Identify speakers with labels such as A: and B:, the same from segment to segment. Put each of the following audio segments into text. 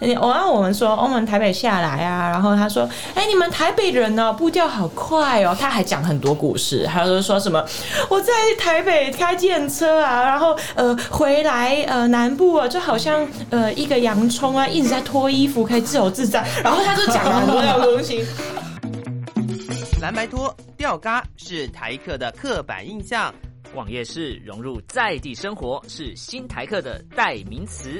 A: 我让哦我们说，我们台北下来啊，然后他说，哎、你们台北人哦，步调好快哦。他还讲很多故事，他就说什么，我在台北开电车啊，然后呃回来呃南部啊，就好像呃一个洋葱啊，一直在脱衣服，可以自由自在。然后他就讲了很多的东西。
B: 蓝白拖、吊嘎是台客的刻板印象。
C: 逛夜市融入在地生活是新台客的代名词。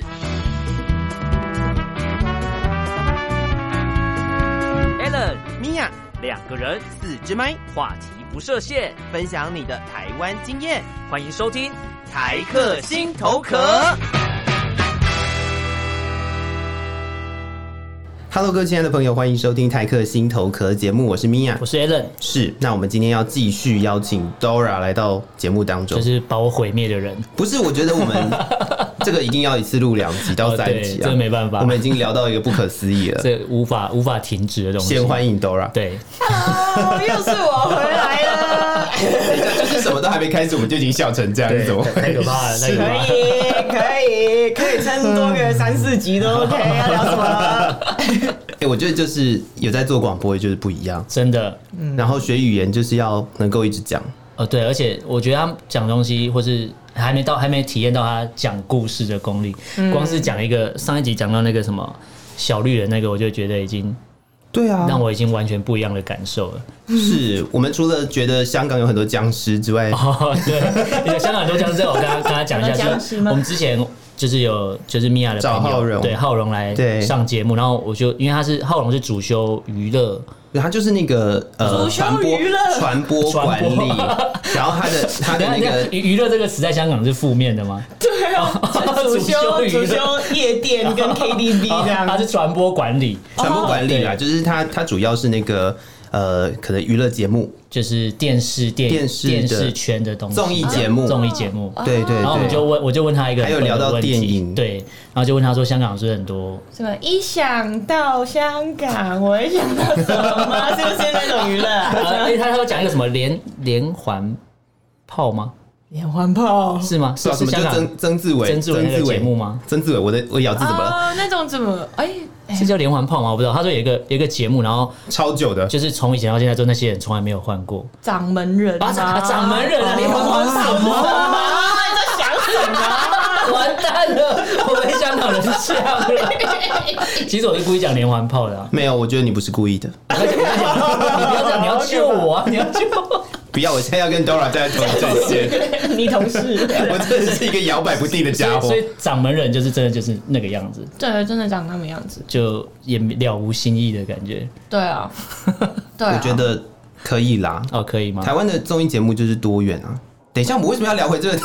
C: Allen
B: 米娅，
C: 两个人
B: 四支麦，
C: 话题不设限，
B: 分享你的台湾经验，
C: 欢迎收听。
B: 台客心头壳。
D: Hello，各位亲爱的朋友，欢迎收听台客心头壳节目，我是米娅，
E: 我是 Alan，
D: 是。那我们今天要继续邀请 Dora 来到节目当中
E: 就，是把我毁灭的人。
D: 不是？我觉得我 们这个一定要一次录两集到三集啊，
E: 哦对这没办法
D: 我们已经聊到一个不可思议 了。
E: 这无法无法停止的东西。
D: 先欢迎 Dora，
E: 对，
A: 哦，又是我回来 了，
D: 就是什么都还没开始，我们就已经笑成这样，怎么会
E: 太可怕了，太可
A: 可
E: 怕了。
A: 以可以可以撑多个三四集都 OK。要聊什么？
D: 哎、我觉得 就是有在做广播，就是不一样。
E: 真的，
D: 然后学语言就是要能够一直讲，
E: 哦对，而且我觉得他讲东西，或是还没到，还没体验到他讲故事的功力。光是讲一个上一集讲到那个什么小绿人那个，我就觉得已经
D: 对啊
E: 让我已经完全不一样的感受了。
D: 是我们除了觉得香港有很多僵尸之外，
E: 哦，对，香港很多僵尸，我跟他跟他讲一下，
A: 很多僵
E: 就
A: 尸
E: 是
A: 吗
E: 我们之前就是有就是米娅的
D: 找
E: 朋友
D: 浩荣
E: 对浩荣来
D: 对
E: 上节目，然后我就因为他是浩荣是主修娱乐，
D: 对，他就是那个呃
A: 足球
D: 传播
A: 娱乐
D: 传播管
E: 传播
D: 理，然后他的他的那
E: 等一下 等
D: 个
E: 一下娱娱乐这个词在香港是负面的 吗？
A: 对啊，主修主修夜店跟 KTV 这样。
E: 他是传播管理，
D: 传播管理啦，
E: 哦
D: 就是他他主要是那个呃，可能娱乐节目、
E: 就是电视电
D: 电视的
E: 电视圈的东西，
D: 综艺节目，
E: 嗯综艺节目。
D: 对对
E: 然后我们就
D: 对，
E: 问，我就问他一个
D: 还有
E: 很笨的
D: 聊到
E: 问题
D: 电影
E: 对，然后就问他说，香港是不是 很多
A: 什么？一想到香港，我会想到什么？是不是那种娱乐、啊？
E: 呃，他他有讲一个什么连连环炮吗？
A: 连环炮
E: 是吗？
D: 是
E: 是
D: 啊，什
E: 是
D: 么就
E: 香港
D: 曾曾志伟
E: 曾志伟那个节目吗？啊
D: 曾志伟，我的我咬字怎么了？
A: 哦，那种怎么？哎、
E: 是叫连环炮吗？我不知道。他说有一个有一个节目，然后
D: 超久的，
E: 就是从以前到现在，就那些人从来没有换 过。
A: 掌门人哦
E: 啊，掌掌门人啊，连环炮是什么？
A: 啊，你在想什么？
E: 完蛋了，我被香港人吓了。其实我是故意讲连环炮的、啊，
D: 没有，我觉得你不是故意的。
E: 你不要这样，你要救我啊，你要救我。
D: 不要，我现在要跟 Dora 站在同 一阵线，
A: 你同事？
D: 我真的是一个摇摆不定的家伙
E: 所以。掌门人就是真的就是那个样子，
A: 对，真的长那么样子。
E: 就也了无新意的感觉。
A: 对 啊，对啊。
D: 我觉得可以啦，
E: 哦，可以吗
D: 台？湾的综艺节目就是多元啊。等一下，我们为什么要聊回 这个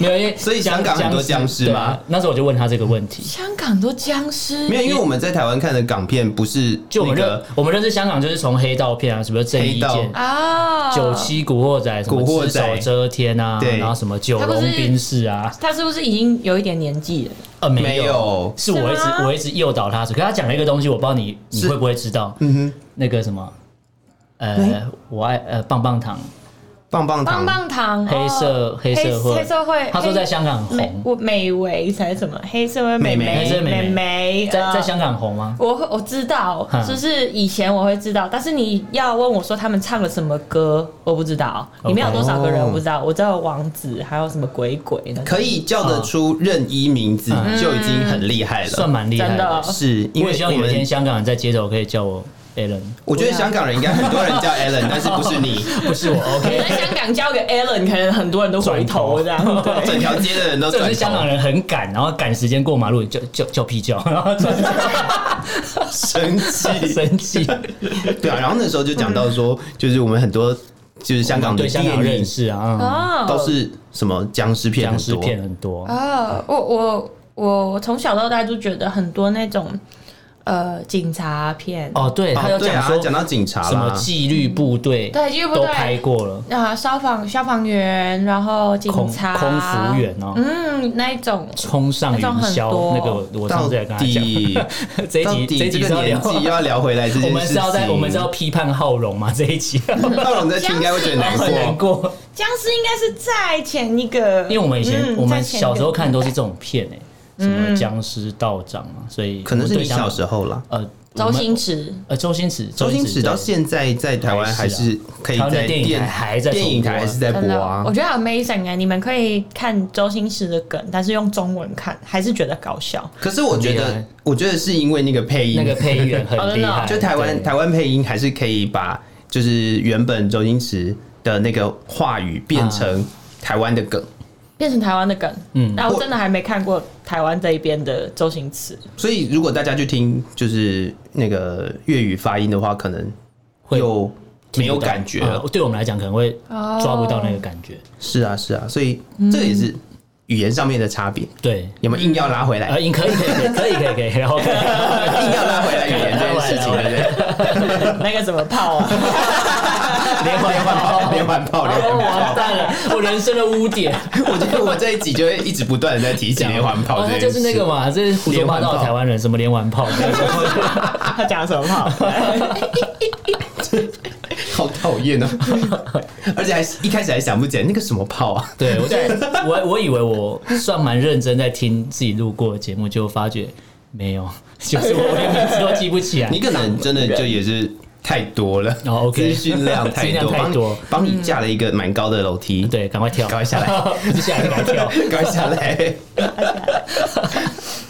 E: 没有，因为
D: 所以香港很多僵尸吗？
E: 对啊那时候我就问他这个问题。
A: 香港都僵尸，
D: 没有，因为我们在台湾看的港片不是
E: 就我
D: 那
E: 们认、
D: 个
E: 我们认识香港就是从黑道片啊，什么正义
D: 黑
E: 剑、
A: 啊，
E: 九。七古惑仔、什么
D: 古惑
E: 只
D: 仔
E: 手遮天啊，
D: 对
E: 然后什么九龙冰室啊，
A: 他是不是已经有一点年纪了？
E: 呃
D: 没有
E: 是我一直
A: 是吗
E: 我一直诱导他，可是他讲了一个东西，我不知道你你
D: 是
E: 会不会知道，嗯哼，那个什么，呃，我爱呃棒棒糖，
D: 棒棒
A: 棒
D: 糖，
A: 棒糖，
E: 黑社
A: 哦
E: 黑社会
A: 黑社会。
E: 他说在香港
A: 美
E: 红，
A: 我美维才是什么黑社会美
D: 美眉
E: 黑社会美眉
A: 眉
E: 在在。
A: 呃
E: 香港红吗？
A: 我会我知道
E: 嗯，
A: 就是以前我会知道，但是你要问我说他们唱了什么歌，我不知道，
E: OK
A: 里面有多少个人我不知
E: 哦
A: 道，我知道王子，还有什么鬼鬼那种
D: 可以叫得出任意名字就已经很厉害
E: 嗯算
D: 了。
E: 蛮厉害
A: 真的
E: 的。
D: 是因
E: 我也
D: 为
E: 希
D: 我
E: 望有一天啊
D: 们，
E: 香港人在街头可以叫我 Alan，
D: 我觉得香港人应该很多人叫 Alan，但是不是 你，
E: 不是我 OK，
A: 在香港交给 Alan，可能很多人都回头这样。 对
D: 整条街的人都
E: 这种
D: 转
E: 是香港
D: 头，
E: 人很赶，然后赶时间过马路就就叫屁 叫，然后转
D: 生气。
E: 生气。
D: 对啊，然后那时候就讲到说，就是我们很多就是香港的
E: 对香港
D: 电
E: 认
D: 影
E: 识啊，嗯
A: 哦
D: 都是什么僵尸片
E: 僵
D: 很
E: 尸
D: 多，哦
E: 片很多。
A: 啊，我我我我从小到大就觉得很多那种呃警察片
E: 哦，对，他有
D: 哦对
E: 讲
D: 啊，
E: 说
D: 讲到警察
E: 什么
D: 啦，
E: 纪律部队，
A: 嗯对纪律部队
E: 都拍过了，
F: 呃
A: 啊，消防消防员，然后警
E: 空
A: 察、
E: 空服，员哦，
A: 嗯，那一种
E: 冲上云
A: 那种很
E: 霄
A: 多
E: 那个，我上
D: 到
E: 次也跟他讲，
D: 底
E: 这
D: 到
E: 一集这一
D: 底
E: 集
D: 这个
E: 是要
D: 年
E: 聊，
D: 纪又要聊回来这
E: 我
D: 件
E: 们
D: 事
E: 是
D: 情。
E: 要在我们是 要批判浩荣嘛这一集，
D: 道龙在听应该会觉得难
E: 很难
D: 过。
E: 过，
A: 僵尸应该是在前一个，
E: 因为我们以前
A: 嗯
E: 我们
A: 在前一个
E: 小时候看都是这种片哎，什么僵尸道长啊，所以
D: 可能是
E: 我
D: 你
E: 对香
D: 小
E: 港
D: 时候啦。
E: 呃，
F: 周
E: 我们
F: 星驰
E: 呃周星驰，
D: 周星驰到
E: 对
D: 现在在台湾还
E: 还是啊
D: 是可以
E: 台湾的
D: 在
E: 电影台还在
D: 电影台还是在播
F: 真的，
D: 啊
F: 我。觉得 amazing 哎！你们可以看周星驰的梗，但是用中文看，还是觉得搞笑。
D: 可是我觉
E: 很厉
D: 得
E: 害，
D: 我觉得是因为那个配音，
E: 那个配音员 很
F: 哦真
E: 厉
F: 的哦
E: 害，
D: 就台湾
E: 对
D: 台湾配音还是可以把就是原本周星驰的那个话语
E: 啊
D: 变成台湾的梗，
F: 变成台湾的梗，
E: 嗯
F: 但我真的还没看过台湾这一边的周星驰，
D: 所以如果大家去听就是那个粤语发音的话，可能
E: 会
D: 又没有感觉了
E: 呃。对我们来讲可能会抓不到那个感觉，
A: 哦
D: 是啊，是啊，所以这个也是语言上面的差别。
E: 对。
D: 有没有硬要拉回来？
E: 呃，可以可以可以可以可以，然 后
D: 硬要 拉回来语言这件事情，对不对？
F: 那个什么炮啊，
D: 连环炮，连环炮，连环炮。
E: 完蛋了，我人生的污点。
D: 我觉得我这一集就会一直不断的在提起连环炮
E: 哦
D: 这
E: 他
D: 件
E: 就是那个
D: 事
E: 嘛，这是胡说八道的台湾人，什么连环炮，
F: 他讲什么炮？
D: 好讨厌哦！而且还是一开始还想不起来那个什么炮啊，
E: 对我就我我以为我算蛮认真在听自己录过的节目，结果发觉没有，就是我连名字都记不起来
D: 你。可能真的就也是太多了，
E: 哦，OK
D: 资讯量太
E: 资讯
D: 多，
E: 量太
D: 帮你
E: 多嗯
D: 帮你架了一个蛮高的楼梯，，
E: 对，赶快跳，
D: 赶快 下来，
E: 不是下来就赶快跳。
D: 赶快下来。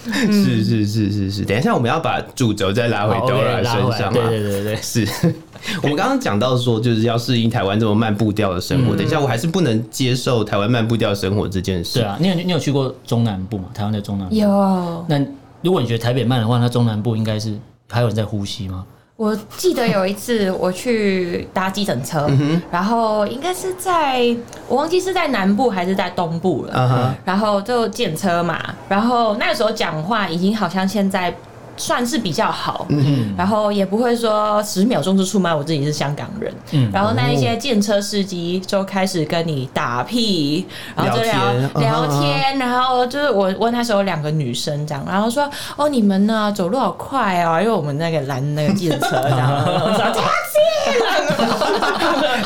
D: 是是是是是，等一下我们要把主轴再拉回
E: 嗯好
D: Dora
E: ，OK，拉回
D: 身
E: 来，
D: 上啊
E: 对
D: 嘛？
E: 对对对，
D: 是 我们刚刚讲到说，就是要适应台湾这么慢步调的生
E: 嗯
D: 活。等一下，我还是不能接受台湾慢步调生活这件事。
E: 对啊，你有你有去过中南部吗？台湾的中南部？
A: 有，
E: 那如果你觉得台北慢的话，那中南部应该是还有人在呼吸吗？
A: 我记得有一次我去搭计程车，然后应该是在我忘记是在南部还是在东部了。
D: 啊哈，
A: 然后就检车嘛，然后那个时候讲话已经好像现在算是比较好，
D: 嗯
A: 然后也不会说十秒钟就出卖我自己是香港人，
E: 嗯
A: 然后那一些建车司机就开始跟你打屁，然后就聊
D: 聊天
A: 聊
D: 啊哈
A: 天，然后就是我问那时候有两个女生这样，然后说哦你们呢走路好快哦，因为我们那个拦那个建车这 样，然后我说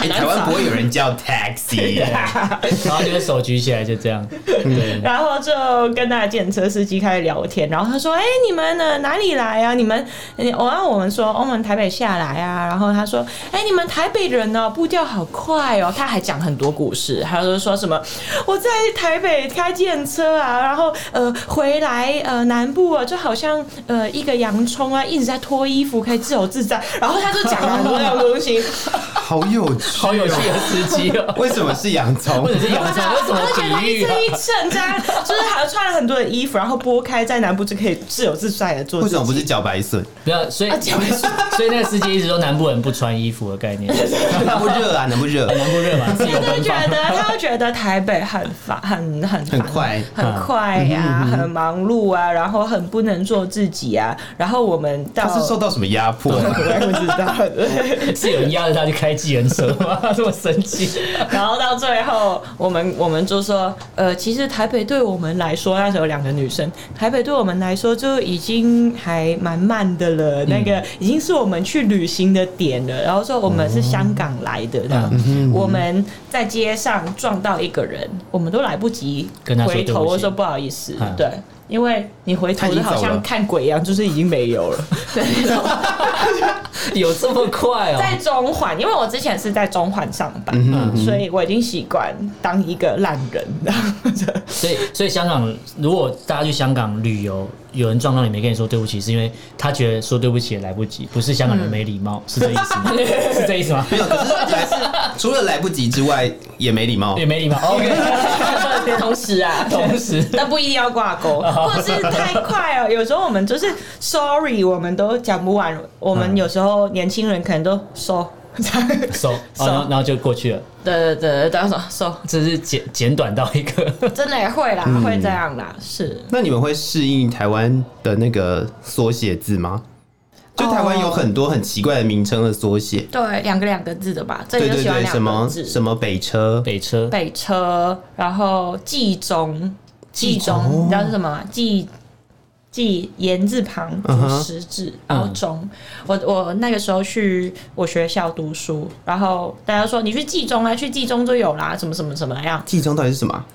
D: 哎、台
E: 啊
D: 湾不会有人叫 taxi，
E: 然后就是手举起来就这样，对，
F: 然后就跟那检车司机开始聊天，然后他说：“哎、你们呢哪里来啊？你们……你我让我们说，哦我们台北下来啊。”然后他说：“哎、你们台北人呢、步调好快哦。”他还讲很多故事，他就说什么：“我在台北开电车啊，然后呃回来呃南部啊，就好像呃一个洋葱啊一直在脱衣服，可以自由自在。” 然后他就讲了很多这种东西，
D: 好有趣、
E: 好有趣的司机哦。
D: 为什么是洋葱
E: 或？者是洋葱，为什么
F: 而且他
E: 比
F: 一
E: 喻啊？
F: 身一衬衫，就是还穿了很多的衣服，然后拨开在南部就可以自由自在的做
D: 为
F: 自己。
D: 什么不是茭白笋？
E: 不要，所以所以那个司机一直说南部人不穿衣服的概念，
D: 南部热啊，南部热，
E: 南部热嘛，自由
F: 他就
E: 奔
F: 觉
E: 放。
F: 得，他就觉得台北很 烦，很很
D: 很
F: 烦
D: 快。
F: 很快呀、很忙碌啊，然后很不能做自己啊。然后我们到
D: 他是受到什么压迫吗？
F: 我也不知 道，
E: 是有人压着他去开计程车吗？ 这么生气？
F: 然后到最后，我们我们就说，呃，其实台北对我们来说，那时候有两个女生，台北对我们来说就已经还蛮慢的了，那
D: 嗯
F: 个已经是我们去旅行的点了。然后说我们是香港来的，这
D: 嗯
F: 样、我们在街上撞到一个人，我们都来不及
E: 跟他说
F: 回
E: 对不
F: 头，
E: 起
F: 我说不好意思，
E: 嗯
F: 对。因为你回头
D: 他
F: 就好
D: 已经走了
F: 像看鬼一样，就是已经没有 了。
E: 有这么快哦？
F: 在中环，因为我之前是在中环上班，
D: 嗯
F: 嗯所以我已经习惯当一个烂人这样子。
E: 所以所以香港，如果大家去香港旅游，有人撞到你没跟你说对不起，是因为他觉得说对不起也来不及，不是香港人没礼貌，是这意思 吗？是这意思吗？
D: 没有，可是来除了来不及之外，也没礼貌
E: 也。没礼貌。OK，
F: 同时啊，
E: 同时
F: 但不一定要挂 钩，
D: 哦
F: 或者是太快哦了。有时候我们就是 sorry，我们都讲不完。我
D: 嗯
F: 们有时候年轻人可能都说，
E: 收，哦然后然后就过去了，
F: 对对对，大家说说，
E: 这是简简短到一个。
F: 真的也会啦，
D: 嗯
F: 会这样啦，是。
D: 那你们会适应台湾的那个缩写字吗？就台湾有很多很奇怪的名称的缩写，
A: 对两个两个字的吧，这
D: 对
A: 里就
D: 对
A: 喜欢
D: 对，
A: 两
D: 什么
A: 个字，
D: 什么北车，
E: 北车
A: 北车，然后冀中，冀中，你知道是什么吗？冀冀言字旁，
D: 嗯哼
A: 竹石字，然后
E: 嗯
A: 中。我我那个时候去我学校读书，然后大家说你去冀中啊，去冀中就有啦，什么什么什么样，
D: 冀中到底是什么啊？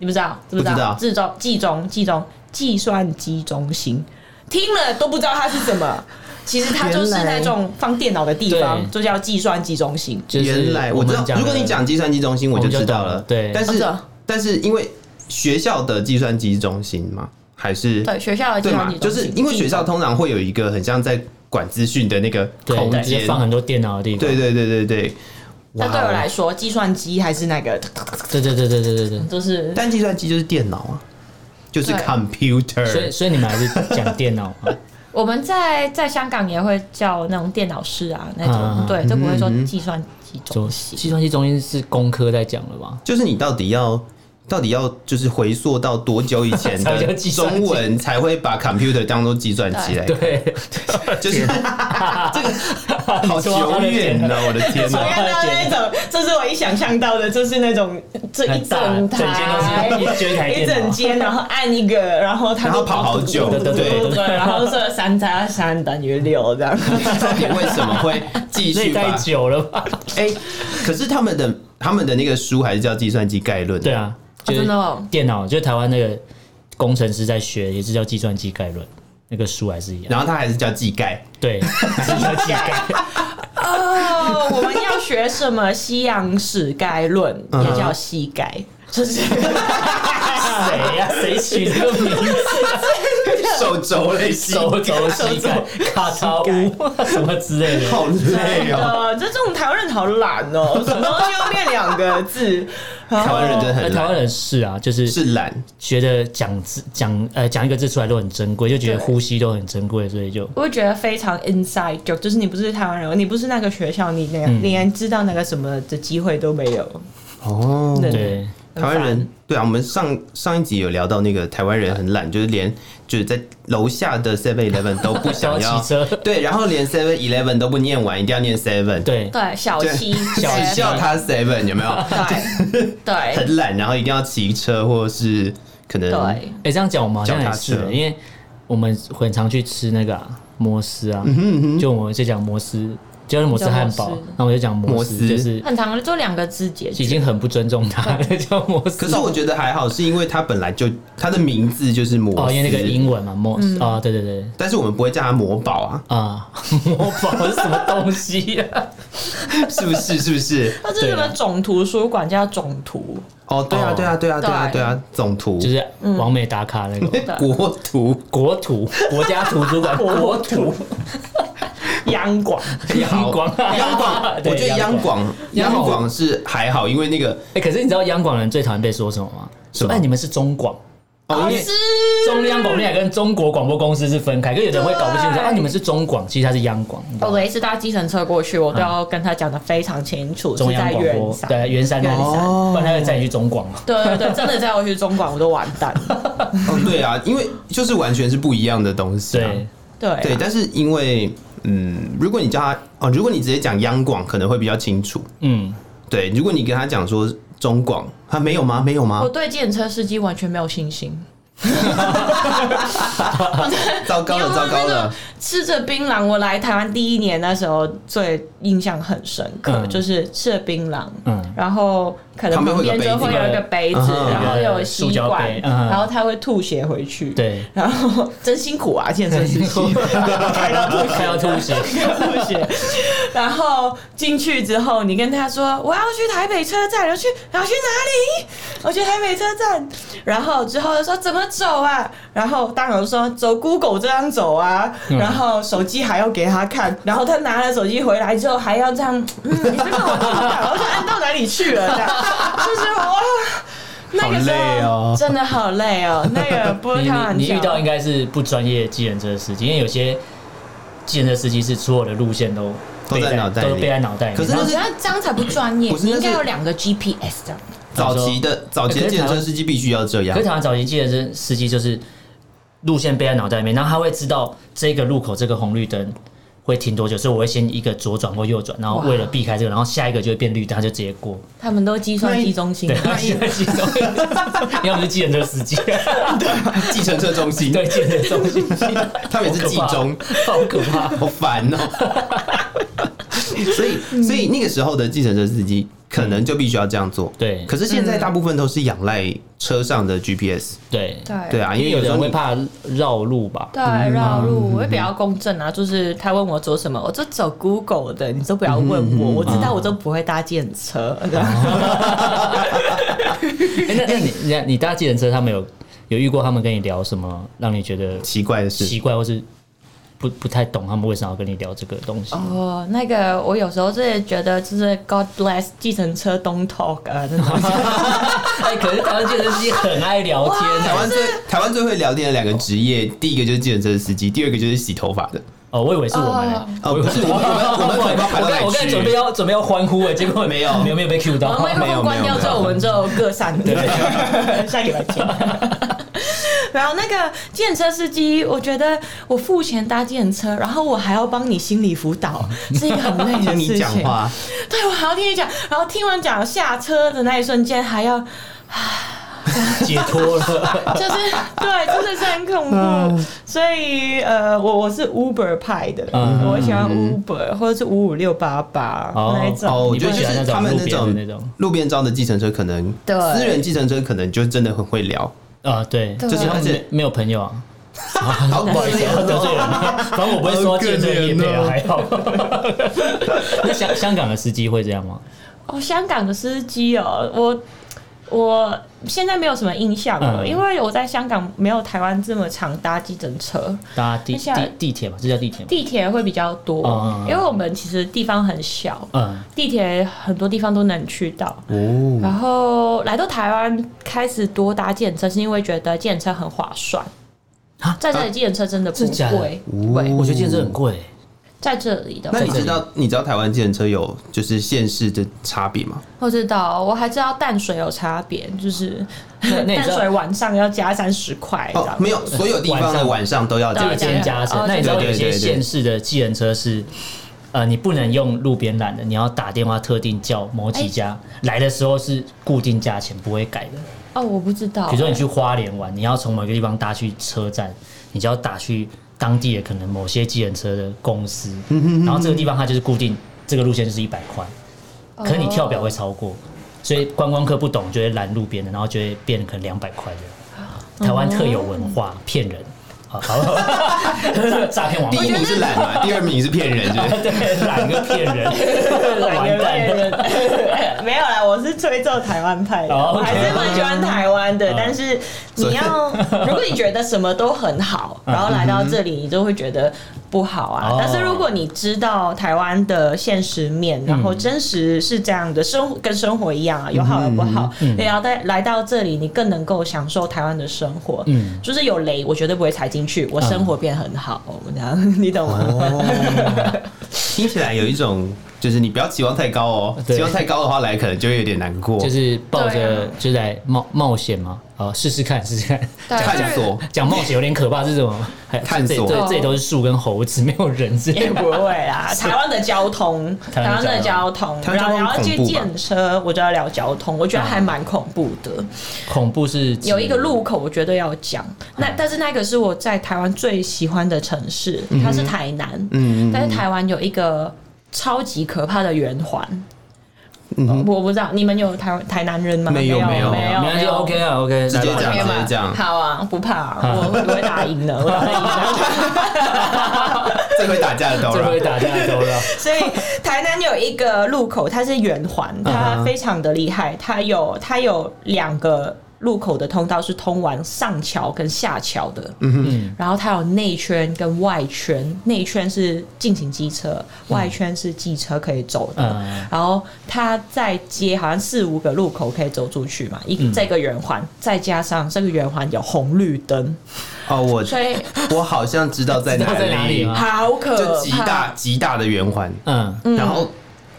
A: 你不知道知不知
D: 不知
A: 道？
D: 道
A: 冀中冀中冀中
F: 计算机中心，听了都不知道它是什么。其实它就是那种放电脑的地方，
E: 对
F: 就叫计算机中心。
E: 就是
D: 原来我知道
E: 们，讲的
D: 如果你讲计算机中心，我就知道
E: 我们就懂
D: 了。
E: 了对
D: 但
F: 哦
D: 是
F: 这样
D: 但是因为学校的计算机中心嘛，还是
A: 对学校的计
D: 对
A: 算
D: 嘛
A: 机，
D: 就
A: 中
D: 是
A: 心
D: 因为学校通常会有一个很像在管资讯的那个空
E: 对，直接
D: 间，
E: 放很多电脑的地方。
D: 对对对对对。
F: 那对我
D: 哇
F: 来说，计算机还是那个，
E: 对对对对对对对。
F: 就是
D: 但计算机就是电脑啊，就是
A: 对
D: computer。
E: 所以所以你们还是讲电脑啊嘛？
A: 我们在在香港也会叫那种电脑室啊，那
E: 啊
A: 种对，就不会说
D: 嗯嗯
A: 计算机
E: 中
A: 中心。
E: 计算机中心是工科在讲了吧？
D: 就是你到底要到底要就是回溯到多久以前
E: 才叫
D: 的
E: 计算机
D: 中文才会把 computer 当做计算机来看？
E: 对，
D: 就是 这个好久远呐！我的天
F: 我
D: 哪！
F: 看到那种，这是我一想象到的，就是那种这一整
E: 很大
F: 台
E: 整间都是一整台电脑啊
F: 一整间，然后按一个，然后它
D: 然
F: 就
D: 后跑好久
F: 对对对对对，然后这三加三等于六这样。
D: 到底为什么会继
E: 那也
D: 续
E: 太
D: 把？
E: 久了吧？
D: 哎、可是他们的他们的那个书还是叫《计算机概论》。
E: 对，啊，就
A: 真
E: 是
A: 的哦
E: 电脑，就是台湾那个工程师在学，也是叫计算机概论，那个书还是一样。
D: 然后它还是叫技 概。
E: 对，计算机概
F: 哦，我们要学什么西洋史概论，
D: 嗯
F: 也叫西概， 就是。
E: 谁呀？谁取这个名字？
D: 手肘类型，
E: 手肘膝盖、卡槽屋什么之类的。
D: 好累 哦、
F: 呃，这这种台湾人好懒哦，什么东西要变两个字？
D: 台湾人真的
E: 那
D: 很
E: 台
D: 懒，
E: 湾人是啊，就是
D: 是懒。
E: 觉得讲字讲呃讲一个字出来都很珍贵，就觉得呼吸都很珍贵，所以就
F: 我会觉得非常 inside joke，就是你不是台湾人，你不是那个学校，你连、你连知道那个什么的机会都没有。
D: 哦，
F: 对
E: 对。
D: 台湾人对啊，我们上上一集有聊到那个台湾人很懒，就是连就是在楼下的 Seven Eleven 都不想
E: 都要
D: 要
E: 骑车
D: 对，然后连 Seven Eleven 都不念完，一定要念 Seven，，
E: 对，
A: 对，小
D: 对
A: 七，
E: 小
A: 对
D: 只 叫他 Seven 有没有？
E: 哎
A: 对
D: 很懒，然后一定要骑车或是可能
A: 对，
E: 哎、这样讲我们好像也是
D: 脚踏，车
E: 因为我们很常去吃那个、啊、摩斯啊，
D: 嗯
E: 就我们就讲摩斯，就是摩斯汉堡
A: 叫摩斯，
E: 那我就讲摩斯，
D: 摩斯
E: 就是
A: 很长的，就两个字节。
E: 已经很不尊重他了，叫摩斯。
D: 可是我觉得还好，是因为它本来就它的名字就是摩
E: 哦，
D: 斯，
E: 因为那个英文嘛，摩
A: 嗯
E: 斯啊，对对对。
D: 但是我们不会叫它魔宝 啊，
E: 啊，魔宝是什么东西啊？
D: 是不是？是不是？
F: 那这是
A: 啊
F: 什么总图书馆叫总图？
D: 哦，对啊，
E: 哦
D: 对啊，对啊，对啊，
A: 对
D: 对啊，总图哎
E: 就是完美打卡那个
D: 国图，
E: 嗯国土国家图书馆 国土
F: 央广，
E: 央广
D: 央广，
E: 啊对
D: 我觉得央广央
E: 央广
D: 广是还好，因为那个
E: 哎，可是你知道央广人最讨厌被说什么吗？
D: 什
E: 说
D: 么
E: 哎，你们是中广，
D: 哦，因为
E: 中央广电台跟中国广播公司是分开，可有的人会搞不清楚啊，你们是中广，其实它是央广。你知道
A: 我
E: 吗
A: 哦每一次搭计程车过去，我都要跟他讲的非常清楚，是
E: 中央
A: 在
E: 广
A: 远
E: 播
A: 山。
E: 对圆山那里，
D: 哦
E: 不然他会载你去中广嘛。
F: 对对对，真的再回去中广我都完蛋。
D: 哦，对啊，因为就是完全是不一样的东西、啊，
E: 对，
F: 对啊
D: 对，但是因为嗯，如果你叫他哦，如果你直接讲央广，可能会比较清楚，
E: 嗯，
D: 对，如果你跟他讲说中广，他没有吗？没有吗
A: 我？对计程车司机完全没有信心。
D: 糟糕
F: 啊
D: 了，糟糕了！
F: 吃着槟榔，我来台湾第一年那时候最印象很深刻，
E: 嗯
F: 就是吃了槟榔，
E: 嗯
F: 然后可能
D: 旁边
F: 旁
D: 会有
F: 边
D: 个
F: 就
D: 杯
F: 会
D: 子
F: 有一个杯子，
D: 嗯
F: 然后有
E: 塑
F: 吸
E: 胶
F: 管
E: 杯，嗯
F: 然后他会吐血回去，
E: 对，
F: 然后真辛苦啊，健身司机开到吐血，
E: 看到吐血，
F: 吐血。然后进去之后，你跟他说我要去台北车站，我去，我要去哪里？我去台北车站。然后之后就说怎么走啊？然后当然说走 Google 这样走啊。
E: 嗯
F: 然后手机还要给他看，然后他拿了手机回来之后还要这样，嗯，你这个我看不到，我就按到哪里去了？这样 就是我。那个时
D: 好累
F: 候
D: 哦
F: 真的好累哦，那个不 是
E: 你
F: 开玩笑。
E: 你你遇到应该是不专业的计程车司机，因为有些计程车司机是所有的路线都
D: 都在
E: 背
D: 脑袋里
E: 都背在脑袋里面。
D: 可是
A: 我
D: 那
A: 觉
D: 是
A: 得这样才不专业，
D: 嗯不是
A: 你应该
D: 那是
A: 有两个 GPS 这样。
D: 早期
E: 哎
D: 的早期的健身司机必须要这样
E: 可是，台湾早期计程车司机就是路线背在脑袋里面，然后他会知道这个路口这个红绿灯会停多久，所以我会先一个左转或右转，然后为了避开这个，然后下一个就会变绿灯，他就直接过。
A: 他们都计算机中心啊
E: 对，，
D: 啊
E: 他现在其中要么是计程车司机，
D: 计程车中心，
E: 对，计程车中心，
D: 他们也是计中，
E: 好可怕，
D: 好烦哦、所以
F: 嗯
D: 所以那个时候的计程车司机可能就必须要这样做。
E: 对
D: 可是现在大部分都是仰赖车上的 GPS，
E: 对，
F: 对
D: 对啊，因为
E: 有
D: 有时
E: 人
D: 候
E: 会
D: 你
E: 怕绕路吧？
F: 对，绕路
E: 嗯
F: 我也比较公正啊，就是他问我走什么，我就走 Google 的，你都不要问
D: 嗯
F: 我，我知道我都不会搭建车。对
D: 哦
E: 哎那那你你你搭计程车，他们有有遇过他们跟你聊什么，让你觉得
D: 奇怪的事
E: 奇怪，或是不不太懂他们为什么要跟你聊这个东西？
F: 哦，那个我有时候是觉得就是 God bless 计程车 don't talk 啊，那种
E: 哎，可是台湾健身机很爱聊天
D: 台
E: 啊。
D: 湾最台湾最会聊天的两个职业，第一个就是计程车司机，第二个就是洗头发的。
E: 哦，我以为是我们欸。
D: 哦，不是，我们我们我们
E: 我刚我刚才准备要准备要欢呼欸了，结果
D: 没有
E: 没有没有被 Q 到
F: 然后。麦克
D: 哦没有
F: 风关
D: 没有
F: 掉之后，
D: 没有
F: 我们就各散对， 下礼拜见。 然后那个建车司机，我觉得我付钱搭建车，然后我还要帮你心理辅 导，是一个很累的事
D: 听
F: 情。
D: 你讲话，
F: 对，我还要听你讲，然后听完讲下车的那一瞬间，还要
E: 解脱了。
F: 就是对，真的是很恐怖。所以呃，我我是 Uber 派的，
E: 嗯
F: 我喜欢 Uber 或者是五五六八八
E: 哦
F: 那一种。
D: 哦，我
E: 你
D: 觉
E: 不
D: 得就
E: 喜欢
D: 是
E: 那种
D: 他们那
E: 路
D: 种
E: 边的那种
D: 路边招的计程车，可能
F: 对
D: 私人计程车可能就真的很会聊，
E: 啊，对，
F: 对
E: 就是他
D: 而
E: 们
D: 且
E: 没没有朋友啊。
D: 好哦
E: 不好意思，得罪人。啊反正我不会说健身业配啊，还好。哦 那香香港的司机会这样吗？
F: 哦，香港的司机哦，我我现在没有什么印象了，
E: 嗯
F: 因为我在香港没有台湾这么常搭计程车，
E: 搭地
F: 等一下
E: 地地铁吧，这叫地铁吗？
F: 地铁会比较多，
E: 嗯嗯嗯
F: 因为我们其实地方很小，
E: 嗯，
F: 地铁很多地方都能去到。
D: 哦，
F: 然后来到台湾开始多搭电车，是因为觉得电车很划算
E: 啊。
F: 在这里，电车真的不
E: 真假的
F: 贵，
D: 哦
F: 对，
E: 我觉得健身很贵欸。
F: 在这里的话
D: 那你知道你知道台湾计程车有就是县市的差别吗？
F: 我知道，我还知道淡水有差别，就是
E: 那那你
F: 淡
E: 知道
F: 水晚上要加三十块，这
D: 哦
F: 样，
D: 没有，所有地方的晚上都要
F: 对
D: 加
F: 对
D: 钱
E: 先加成
F: 哦。
E: 那你知道有
D: 对
E: 些
D: 对对对
E: 县市的计程车是，呃，你不能用路边拦的，你要打电话特定叫某
D: 哎
E: 几家，来的时候是固定价钱，不会改的。
F: 哦，我不知道。
E: 比如说你去花莲玩，你要从某个地方搭去车站，你就要打去当地的可能某些计程车的公司，
F: 嗯
E: 然后这个地方它就是固定这个路线就是一百块，
F: 哦
E: 可是你跳表会超过，所以观光客不懂就会拦路边的，然后就会变可能两百块这
F: 哦
E: 样。台湾特有文化骗人，好，好诈骗网
D: 第
E: 络
D: 一名是懒 嘛，第二名是骗人，是不是？
E: 对，懒个骗人，完蛋了。
F: 没有啦，我是吹奏台湾派的，
E: 哦嗯
F: 我还是蛮喜欢台湾的。但是
D: 所以
F: 你要，如果你觉得什么都很好，然后来到这里，你就会觉得不好啊
E: 嗯哦。
F: 但是如果你知道台湾的现实面，然后真实是这样的，生活跟生活一样啊，有好有不好。
E: 嗯
F: 对啊，在来到这里，你更能够享受台湾的生活。
E: 嗯
F: 嗯，就是有雷，我绝对不会踩进去，我生活变很好，这样你懂吗？
E: 哦
D: 听起来有一种就是你不要期望太高哦，
E: 对
D: 期望太高的话来可能就会有点难过，
E: 就是抱着
F: 对啊
E: 就是来冒冒险嘛，好试试看，试试看。
F: 对啊
D: 探索。
E: 讲冒险有点可怕，是什么？还
D: 探索
F: 哦
E: 这这这里都是树跟猴子，没有 人之类
F: 也
E: 的。
F: 不会 啦，台湾的交通，
E: 台
F: 台
E: 湾
F: 湾
E: 的
F: 的
E: 交
F: 交通，
D: 台湾
F: 然
D: 交通
F: 后然后
D: 恐
F: 去
D: 怖吧
F: 建车，我就要聊交通，我觉得还蛮恐怖的。
E: 恐怖是指
F: 有一个路口，我绝对要讲。那但是那个是我在台湾最喜欢的城市，它是台南，
D: 嗯嗯嗯
F: 但是台湾有一个超级可怕的圆环。我不知道你们有台湾台南人吗？
D: 嗯没有
F: 没
D: 没有
F: 没有，
E: 没关系
F: 没有
E: ，OK 啊，OK，
D: 直接
E: 来吧
D: 讲
E: 来吧
D: 直接讲
F: 好啊，不怕 啊，我我会打赢的，我打得赢 的。
D: 最会打架的都
E: 这会
D: 了。
E: 打架都了。
F: 所以台南有一个路口，它是圆环，它
D: 嗯
F: 非常的厉害，它有它有两个。路口的通道是通往上桥跟下桥的，
E: 嗯
F: 然后它有内圈跟外圈，内圈是进行机车，外圈是机车可以走的。
E: 嗯
F: 然后它再接好像四五个路口可以走出去嘛，一、
D: 嗯
F: 这个圆环，再加上这个圆环有红绿灯，
D: 哦，我
F: 所以
D: 我好像知道在
E: 知道
D: 哪
E: 在哪里
D: 里，
E: 吗
F: 好呃可怕。
D: 就极大极大的圆环，
E: 嗯，
D: 然后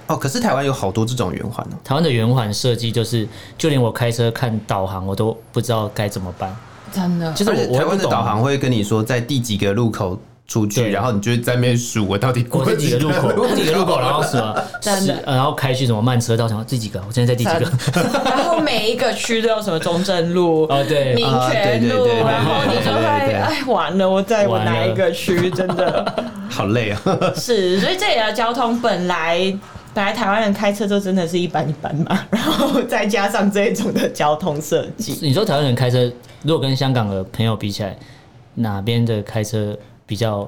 D: 哦，可是台湾有好多这种圆环哦。
E: 台湾的圆环设计就是，就连我开车看导航，我都不知道该怎么办。
F: 真的，
E: 就是
D: 而且台
E: 我我也不
D: 湾的
E: 懂
D: 导航会跟你说在第几个路口出去，
E: 对
D: 然后你就会在那边数 我到底
E: 过
D: 过
E: 这几个路口，过这几个路口，然后什 么
G: 真的
E: 是，呃然后开去什么慢车道，想说这几个，我现在在第几个？、
F: 然后每一个区都有什么中正路
E: 哦，对，
F: 民权
D: 啊对对对
F: 路，
D: 对对
F: 然后你就会
D: 对对对
F: 哎完了，我在我
E: 完了
F: 哪一个区？真的
D: 好累啊！
F: 是，所以这里的交通本来。本来台湾人开车就真的是一般一般嘛， 然后再加上这一种的交通设计，
E: 你说台湾人开车，如果跟香港的朋友比起来，哪边的开车比较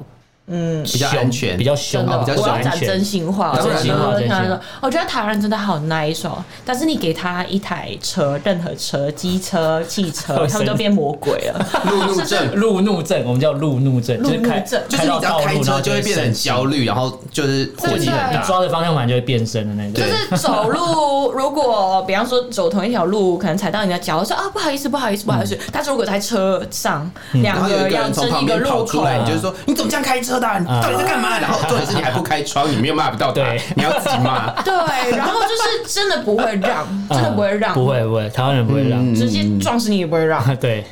F: 嗯，
D: 比较
E: 凶
D: 安全
E: 比较凶，
D: 真的哦比较
F: 我要
D: 安
F: 讲真心话，我
D: 当然
F: 真心话，
E: 真
F: 真
E: 心话
F: 心话。我觉得台湾人真的好 nice 哦，但是你给他一台车，任何车，机车、汽车，他们都变魔鬼了。
D: 路怒症，
E: 路怒症，我们叫路怒症，就是开
F: 路怒症
D: 就是你
E: 到
D: 只要
E: 道
D: 开
E: 路，然
D: 车
E: 后
D: 就会变得很焦虑，然后就是火气很
F: 真的
E: 你
D: 大。
E: 抓着方向盘就会变身的那
F: 就
E: 种。
F: 是 走路，如果比方说走同一条路，可能踩到你的脚，我说啊不好意思，不好意思，不好意
E: 嗯
F: 思。但是如果在车上，
D: 然
F: 两
D: 后有
F: 个
D: 一个
F: 要
D: 人从
F: 争
D: 旁
F: 一个
D: 边跑
F: 路
D: 出
F: 口，
D: 来，你
E: 嗯
D: 就说你怎么这样开车的啊？你到底在干嘛？然后重点是你还不开窗，你没有骂不到他
E: 对，
D: 你要自己骂。
F: 对，然后就是真的不会 让，真的不会
E: 嗯
F: 让，
E: 不会嗯不会，台湾人不会
D: 嗯
E: 让。
F: 直接撞死你也不会让。
E: 对，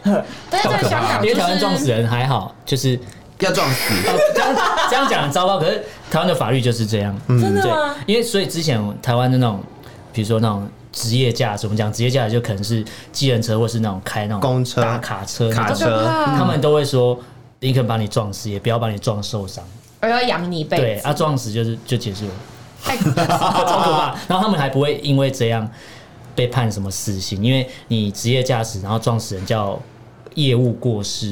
F: 但是在香 港，
E: 因为
F: 就是
E: 台湾撞死人还好，就是
D: 要撞死，
E: 这样讲很糟糕，可是台湾的法律就是这样。
D: 嗯
F: 真的
E: 对
F: 吗？，
E: 因为所以之前台湾的那种，比如说那种职业驾驶，我们讲职业驾驶就可能是机人车，或是那种开那种
D: 公车
E: 大卡车那
D: 卡
E: 种，
D: 车
F: 啊
E: 他们都会说。宁肯把你撞死，也不要把你撞受伤。
F: 我要养你一辈
E: 对，
F: 子。
E: 啊，撞死就是就 结束了，
F: 哎
E: 超可怕。然后他们还不会因为这样被判什么死刑，因为你职业驾驶，然后撞死人叫业务过失，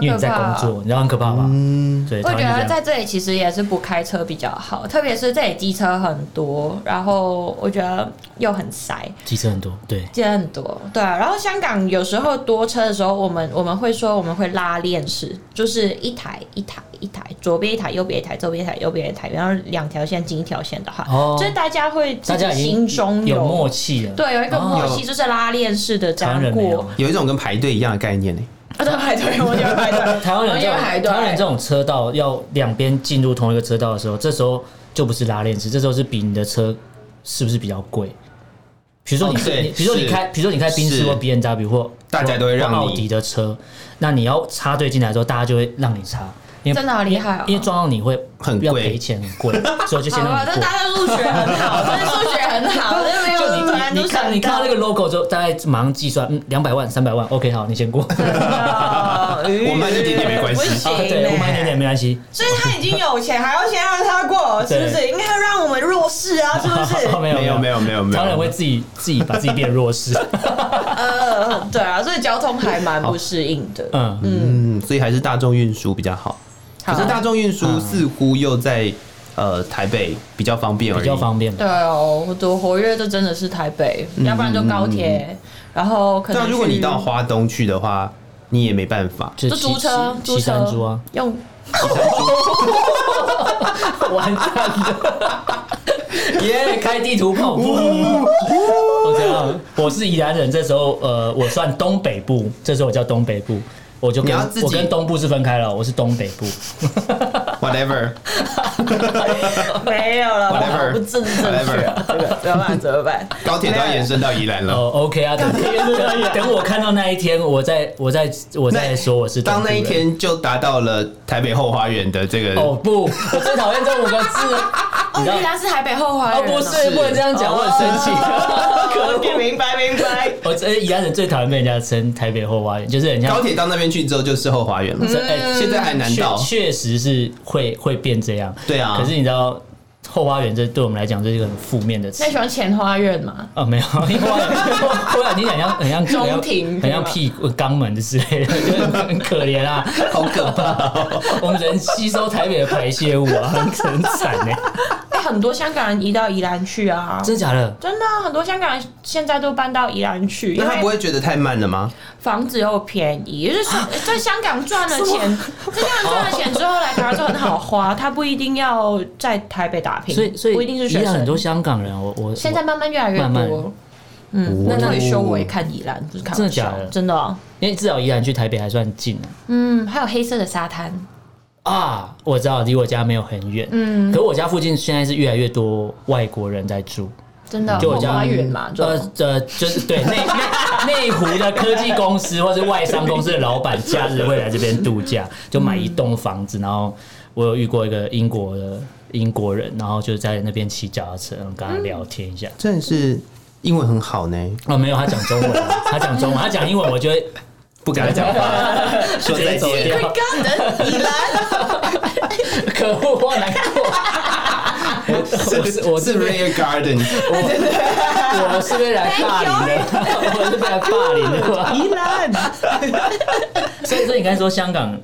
E: 因为你在工
F: 好可怕
E: 作，你知道很可怕吧？嗯，对，
F: 我
E: 台
F: 觉
E: 湾就这样
F: 得在这里其实也是不开车比较好，特别是这里机车很多，然后我觉得又很塞，
E: 机车很多，对，
F: 机车很多，对啊。然后香港有时候多车的时候，我们我们会说我们会拉链式，就是一台一台一台，左边一台，右边一台，左边一台，右边一台，然后两条线进一条线的话，
E: 哦
F: 就是大家会自
E: 大家
F: 己
E: 已
F: 心
E: 经
F: 中
E: 有默契了。
F: 对有一个默契，
D: 哦
F: 就是拉链式的这
E: 台湾
F: 样
E: 人没有
F: 过。。
D: 有一种跟排队一样的概念呢。
F: 啊，对排队，我觉得排 队，
E: 台湾人
F: 我
E: 这
F: 觉
E: 种
F: 得排队
E: 台湾人这种车道要两边进入同一个车道的时候，这时候就不是拉链式，这时候是比你的车是不是比较贵。比如说你，
D: 哦对
E: 你比如说你
D: 是
E: 开，比如说你开宾士
D: 是
E: 或 B N W 或
D: 大家都会让你
E: 或奥迪的车，那你要插队进来之后，大家就会让你插，因为
F: 真的好厉害哦
E: 因为撞到你会
D: 很贵
E: 要赔钱，很 贵，所以就先
F: 好啊
E: 让
F: 吧，
E: 你过。
F: 这大家数学很好，这数学很好，这没有
E: 就
F: 突然
E: 你你
F: 就
E: 你看
F: 想
E: 你看到
F: 到
E: 那个 logo 之后，大概马上计算，嗯，两百万、三百万，OK，好，你先 过。
F: 哎
D: 我慢一点点没关系
F: 不行
E: 啊，对，我慢一点点没关系。
F: 所以他已经有钱，还要先让他 过，是不是？应该要让我们弱势啊，是不 是？
E: 没有
D: 没有没有没有没有
E: 当然会自己自己把自己变 弱势。
F: 呃，对啊，所以交通还蛮不适应的。
E: 嗯，
D: 嗯，所以还是大众运输比较好。可
F: 好
D: 是大众运输似乎又在呃台北比较方便而已，
E: 比较方便。
F: 对哦，我多活跃，这真的是台北，
D: 嗯
F: 要不然就高铁，然后可
D: 对啊。那
F: 能
D: 如果
F: 去
D: 你到花东去的话，你也没办法。
E: 就
F: 就租车，
E: 骑骑
F: 租
E: 山
F: 车
E: 猪 啊，
F: 用
E: 完蛋了！ 耶，开地图跑步。
D: 哦
E: 我这样，我是宜兰人，这时候呃，我算东北部，这时候我叫东北部。我就
D: 你
E: 跟
D: 要自己
E: 我跟东部是分开了，我是东北部，
D: Whatever，
F: 没有了，
D: Whatever
F: 我哦不正正确啊，这个怎么办？怎 么办？
D: 高铁都要延伸到宜兰了。
E: 哦，OK 啊， 等等我看到那一天，我再我再我再说我是东
D: 当
E: 部
D: 那一
E: 人
D: 天就达到了台北后花园的这个
E: 哦不，我最讨厌这五个字了，你
F: 哦，
E: 知道
F: 原来是台北后花
E: 哦，
F: 园、
E: 不是，不能这样讲，我很生气。
F: 哦
E: 可恶
F: 明白明白。
E: 我这宜兰人最讨厌被人家称台北后花园，就是人家
D: 高铁到那边去之后就是后花园了。
E: 这哎
D: 现在还难
E: 确
D: 到，
E: 确实是会会变这样。
D: 对啊
E: 可是你知道后花园这对我们来讲这是一个很负面的词
F: 那你喜欢前花院吗？
E: 啊，没有，因为花园 花园你很像很像很像
F: 中庭
E: 很像屁股肛门之类的，就很很可怜啊，
D: 好可怕！
E: 我们人吸收台北的排泄物啊，很很惨哎，
F: 哎，很多香港人移到宜兰去啊。
E: 真的假的？
F: 真的啊、很多香港人现在都搬到宜兰去，因
D: 那他不
F: 为
D: 会觉得太慢了吗？
F: 房子又便宜，就是说
E: 啊
F: 在香港赚了钱，在香港赚了钱之后来台湾就很好花，他不一定要在台北打拼，
E: 所以所以
F: 不一定是
E: 宜
F: 学
E: 兰
F: 生。
E: 很多香港人，我我
F: 现在慢慢越来越多，
E: 慢慢
F: 嗯，那
D: 哦
F: 那里修我也看宜兰，不是看
E: 真的假的
F: 真的哦、
E: 因为至少宜兰去台北还算近啊。
F: 嗯，还有黑色的沙滩，
E: 啊，我知道离我家没有很远，嗯，可我家附近现在是越来越多外国人在住，
F: 真的
E: 就我
F: 后
E: 家
F: 啊花园嘛，就
E: 呃呃，就是对内内内湖的科技公司或是外商公司的老板，假日会来这边度假，就买一栋房子。然后我有遇过一个英国的英国人，然后就在那边骑脚踏车，然后跟
F: 嗯
E: 他聊天一下。
D: 真的是英文很好呢，
E: 哦，没有，他讲 中文啊，他讲中文，他讲英文，我觉得
D: 不敢讲话， 说再
E: 直接走
D: 见。
E: 掉
F: 刚的你来，
E: 可恶，我好难过。 我是我是
D: 是 Ray Garden，
E: 我是被来霸凌的，我是被来霸凌的。
A: 宜兰，
E: 所以说，你刚才说香港，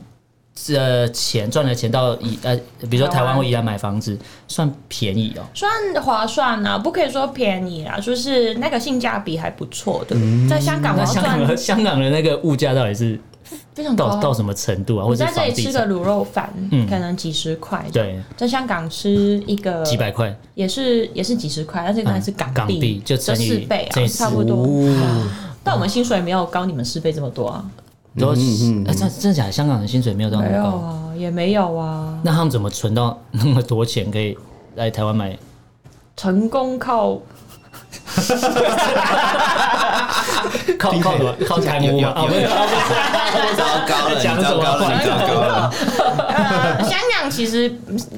E: 呃，钱赚的钱到宜呃，比如说台湾或宜兰买房子，算便宜哦。
F: 算划算啊，不可以说便宜啊，就是那个性价比还不错的。在香港我
E: 嗯那
F: 要
E: 香
F: 赚
E: 港香港的那个物价到底是
F: 非常
E: 到
F: 高，
E: 到什么程度啊？或
F: 哦你
E: 者
F: 在
E: 是
F: 这里
E: 房
F: 吃
E: 地
F: 个
E: 产
F: 卤肉饭，
E: 嗯
F: 可能几十块。，
E: 对
F: 在香港吃一个
E: 几百块？
F: 也是也是几十块，但是那是港
E: 嗯港币就乘以
F: 四倍
E: 乘
F: 啊，
E: 以
F: 差不多。但我们薪水没有高你们四倍这么多啊，
E: 都
D: 嗯嗯嗯
E: 呃真真的假的？香港的薪水没有到那
F: 没
E: 么
F: 有
E: 高，
F: 啊，也没有啊，
E: 那他们怎么存到那么多钱可以来台 湾买？
F: 成功靠
E: 靠靠什么？ 靠贪污吗？啊，
D: 有
E: 不
D: 有
E: 是
D: 有
E: 啊不是
D: 糟糕了，你
E: 讲什
D: 糟
E: 么
D: 糕了，你糟糕了。
F: 呃， 香港其实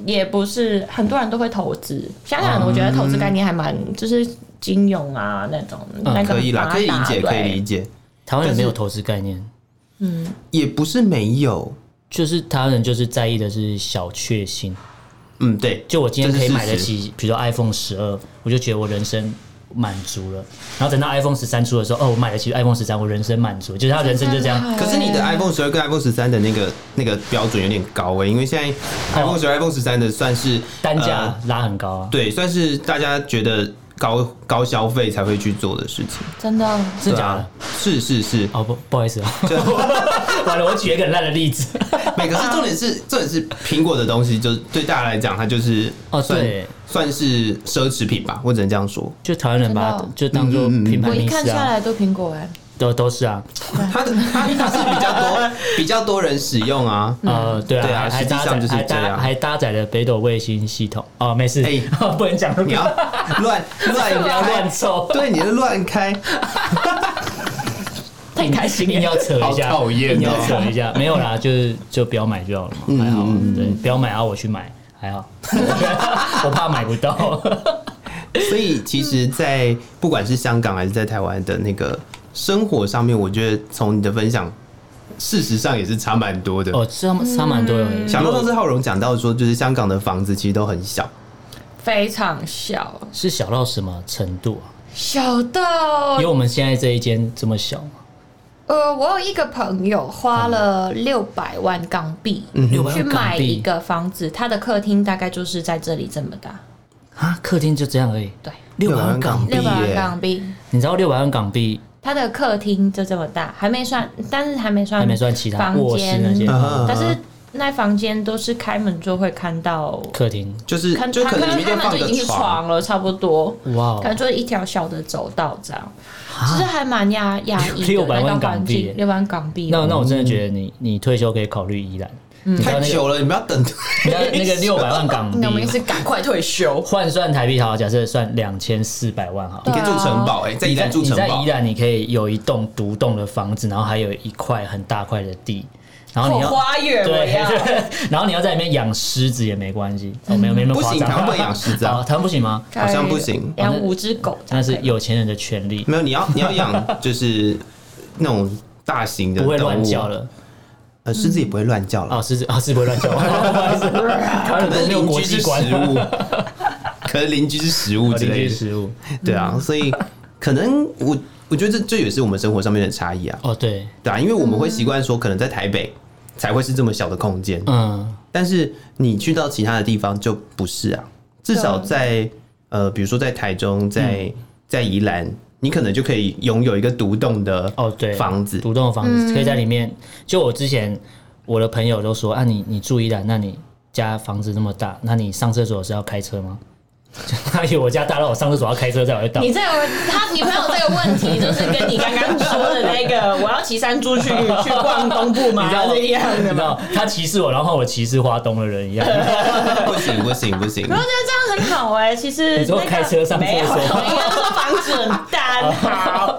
F: 也不是很多人都会投资，香港我觉得投资概念还蛮就是金融啊那种，
E: 嗯
F: 那个
D: 可以啦，
F: 很
D: 可以理
F: 发达
D: 解，可
F: 对
D: 以理解，
E: 台湾人没有投资概念，
D: 也不是没有，
E: 就是台湾人就是在意的是小确幸。
D: 嗯，对，
E: 就我今天可以买得
D: 这是事实，
E: 起，比如说 iPhone 十二，我就觉得我人生满足了。然后等到 iPhone 十三出的时候，哦，我买得起 iPhone 十三，我人生满足，就是他人生就这样。
F: 啊哦
D: 可是你的 iPhone 十二跟 iPhone 十三的那个那个标准有点高诶，因为现在 iPhone 十二、iPhone 十三的算是
E: 单价
D: 呃
E: 拉很高啊，
D: 对，算是大家觉得高高消费才会去做的事情，
F: 真的
E: 是
D: 对
E: 假
D: 啊啊
E: 的？，
D: 是是是，
E: 哦不，不好意思啊， 完了，我举一个很烂的例子。
D: 每可是重点是
E: 啊
D: 重点是苹果的东西，就是对大家来讲，它就是
E: 哦
D: 算
E: 对
D: 算是奢侈品吧，我只能这样说。
E: 就台湾人把它
F: 真的哦
E: 就当做
D: 嗯嗯嗯
E: 品牌
F: 我一
E: 名
F: 看
E: 词
F: 下
E: 啊，
F: 来都苹果哎、
E: 都都是啊，
D: 它的它它是比较 多比较多人使用啊，
F: 嗯
E: 呃，对
D: 对啊
E: 啊，还还
D: 实际
E: 搭
D: 上
E: 载
D: 就是
E: 还
D: 这
E: 搭
D: 样
E: 还搭载了北斗卫星系统。哦，没事
D: 哎，
E: 不能讲，
D: 你
E: 不
D: 要 乱乱
E: 要
D: 开
E: 乱凑，
D: 对，你是乱开，
E: 太开心，硬要扯一下，
D: 好讨厌哦嗯
E: 硬要扯一下，没有啦，就是就不要买就好了嘛，还好，对，不要买啊，我去买，还好， 我怕买不 到，
D: 所以其实，在不管是香港还是在台湾的那个生活上面，我觉得从你的分享，事实上也是差蛮多的。
E: 哦，差差蛮多的，
F: 嗯
D: 想到上次浩荣讲到说，就是香港的房子其实都很小，
F: 非常小，
E: 是小到什么程度啊？
F: 小到
E: 有我们现在这一间这么小吗？
F: 呃，我有一个朋友花了六百万港币、
D: 嗯
E: 六百
F: 去
E: 万港
F: 买一
E: 币
F: 个房子，他的客厅大概就是在这里这么大，
E: 啊，客厅就这样而已，
F: 对，
E: 六百万港币
F: 六百万
D: 耶
F: 港币。
E: 你知道六百万港币
F: 他的客厅就这么大，还没算，但是还没算，
E: 还没算其他
F: 房
E: 卧室
F: 间
E: 那些
D: 嗯
F: 但是那房间都是开门就会看到，
E: 客厅，
D: 就是
F: 看
D: 就可
F: 看
D: 能里面
F: 开
D: 就
F: 门
D: 放
F: 就已
D: 个
F: 经是
D: 床，
F: 床了，差不多，
E: 哇哦
F: 可能就是一条小的走道这样，其实还蛮压压抑的。
E: 600万
F: 那个
E: 港
F: 环
E: 币耶
F: 境，六万港币，
E: 那那我真的觉得你你退休可以考虑宜兰，你知道
D: 太
E: 啊那个
D: 久了，你不要等。
E: 你知道那个六百万港币
F: 嗯 那我们是赶快退休。
E: 换算台币好，假设算两千四百万好了
D: 你。可以住
F: 啊
D: 城堡哎、在宜兰住
E: 你
D: 城
E: 在
D: 堡
E: 宜，兰，你可以有一栋独栋的房子，然后还有一块很大块的地，然后你要
F: 花园我
E: 对
F: 要，
E: 然后你要在里面养狮子也没关系，哦，没有没有那
D: 不
E: 么夸
D: 行，
E: 张
D: 台湾不能养狮子
E: 哦
D: 啊，
E: 台湾不行吗？
D: 好像不行
F: 养五只狗
E: 那
F: 这样
E: 是
F: 可以吗，
E: 有钱人的权利，
D: 没有，你要你要 养就是那种大型的
E: 不会
D: 动
E: 乱
D: 物啊
E: 叫，了。
D: 呃，狮子也不会乱叫了
E: 哦，，狮子啊，狮子不会乱叫， 不好意思，台湾人
D: 可
E: 都
D: 能
E: 没有
D: 邻
E: 国
D: 居
E: 际
D: 是食
E: 观，哦
D: 物， 可能邻居是食物之
E: 邻
D: 类
E: 居
D: 的，
E: 食物。
D: 对
F: 嗯
D: 啊，所以可能我我觉得这这也是我们生活上面的差异啊，
E: 哦，对，
D: 对啊，因为我们会习惯说，可能在台北才会是这么小的空间，
E: 嗯，
D: 但是你去到其他的地方就不是啊，至少在呃，比如说在台中，
E: 嗯
D: 在在宜兰，你可能就可以拥有一个独栋的
E: 哦，对，
D: 房子，
E: 独栋的房
F: 嗯
E: 子可以在里面。就我之前我的朋友都说啊，你你住宜兰，那你家房子那么大，那你上厕所是要开车吗？ 就他以为我家大到我上厕所要开车才会到。
F: 你这个他女朋友哦这个 问题，就是跟你刚刚说的那个，我要骑 山猪去去逛东部
E: 你
F: 嘛
E: 知道我
F: 这样
E: 你
F: 的
E: 知
F: 嘛。
E: 道他歧视我，然后我歧视花东的人一 样。
F: 啊
D: 不行不行不行，
F: 我觉得这样很好哎、其实
E: 你说
F: 那个
E: 开车上厕所
F: 没有，应该说房子很大很好，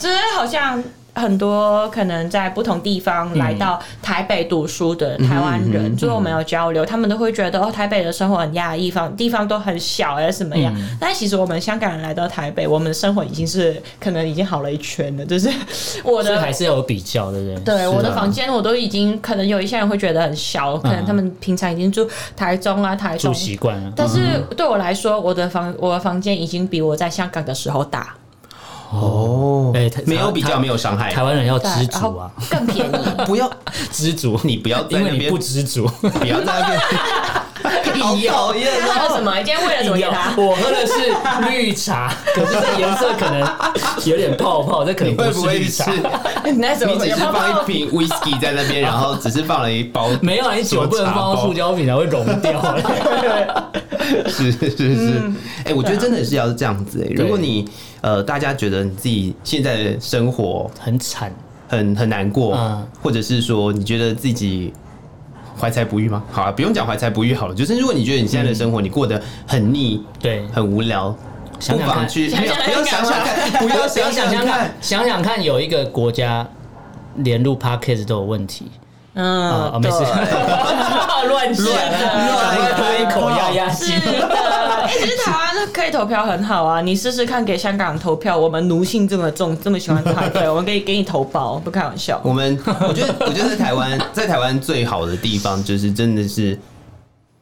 F: 就就是好像很多可能在不同地方来到台北读书的台湾
E: 嗯
F: 人，就是我们有交流，他们都会觉得哦，台北的生活很压抑，方地方都很小哎、什么样？
E: 嗯
F: 但其实我们香港人来到台北，我们的生活已经是可能已经好了一圈 了，就是我
E: 所以
F: 的
E: 还是要有比较，对不对？
F: 对，我的房间我都已经，可能有一些人会觉得很小，可能他们平常已经住台中啊、
E: 嗯
F: 台
E: 住
F: 中，
E: 习惯了。
F: 但是对我来说，我的房我的房间已经比我在香港的时候大，
D: 哦
E: 哎他，
D: 没有比较，
E: 他
D: 没有伤害
E: 台。湾人要
F: 对
E: 知，
F: 然
E: 足
F: 后
E: 啊，
F: 更便宜。
D: 不要，
E: 知足，
D: 你不要在
E: 因为
D: 那
E: 你
D: 边
E: 不，知足。
D: 不要在那边， 好讨厌
F: 他为了什么？你今天为了什么给他？
E: 我喝的是绿茶，可是这颜色可能有点泡泡，这可能
D: 你
E: 不
D: 会不
E: 是
D: 会
E: 绿
D: 是
E: 茶。？
F: 你那什么
D: 你？只是放一瓶 whisky 在那 边，然后只是放了一包，
E: 没有啊，你酒不能放到塑胶瓶啊，会溶掉。
D: 是是是，
E: 嗯
D: 哎、我
E: 啊
D: 觉得真的是要这样子、哎，如果你呃，大家觉得你自己现在的生活
E: 很惨，
D: 很很难过，
E: 嗯
D: 或者是说你觉得自己怀才不遇吗？好啊，不用讲怀才不遇好了，就是如果你觉得你现在的生活你过得很腻，
E: 对
D: 很无聊，
E: 想
D: 不
E: 想
D: 妨
E: 看
D: 去
F: 想
D: 没有不要
F: 想
D: 想
F: 看
D: 想看，不要想
E: 想
D: 想看
E: 想看，，想想看，有一个国家连录 podcast 都有问题啊，啊
F: 嗯，
E: 没
F: 对，
E: 事，乱讲
D: 乱
E: 乱喝一口压压
F: 是
E: 惊。
F: 的。哎，其实台湾可以投票很好啊，你试试看给香港人投票，我们奴性这么重，这么喜欢台北，我们可以给你投保，不开玩笑。
D: 我们我觉得，我觉得在台湾， 在台湾最好的地方就是真的是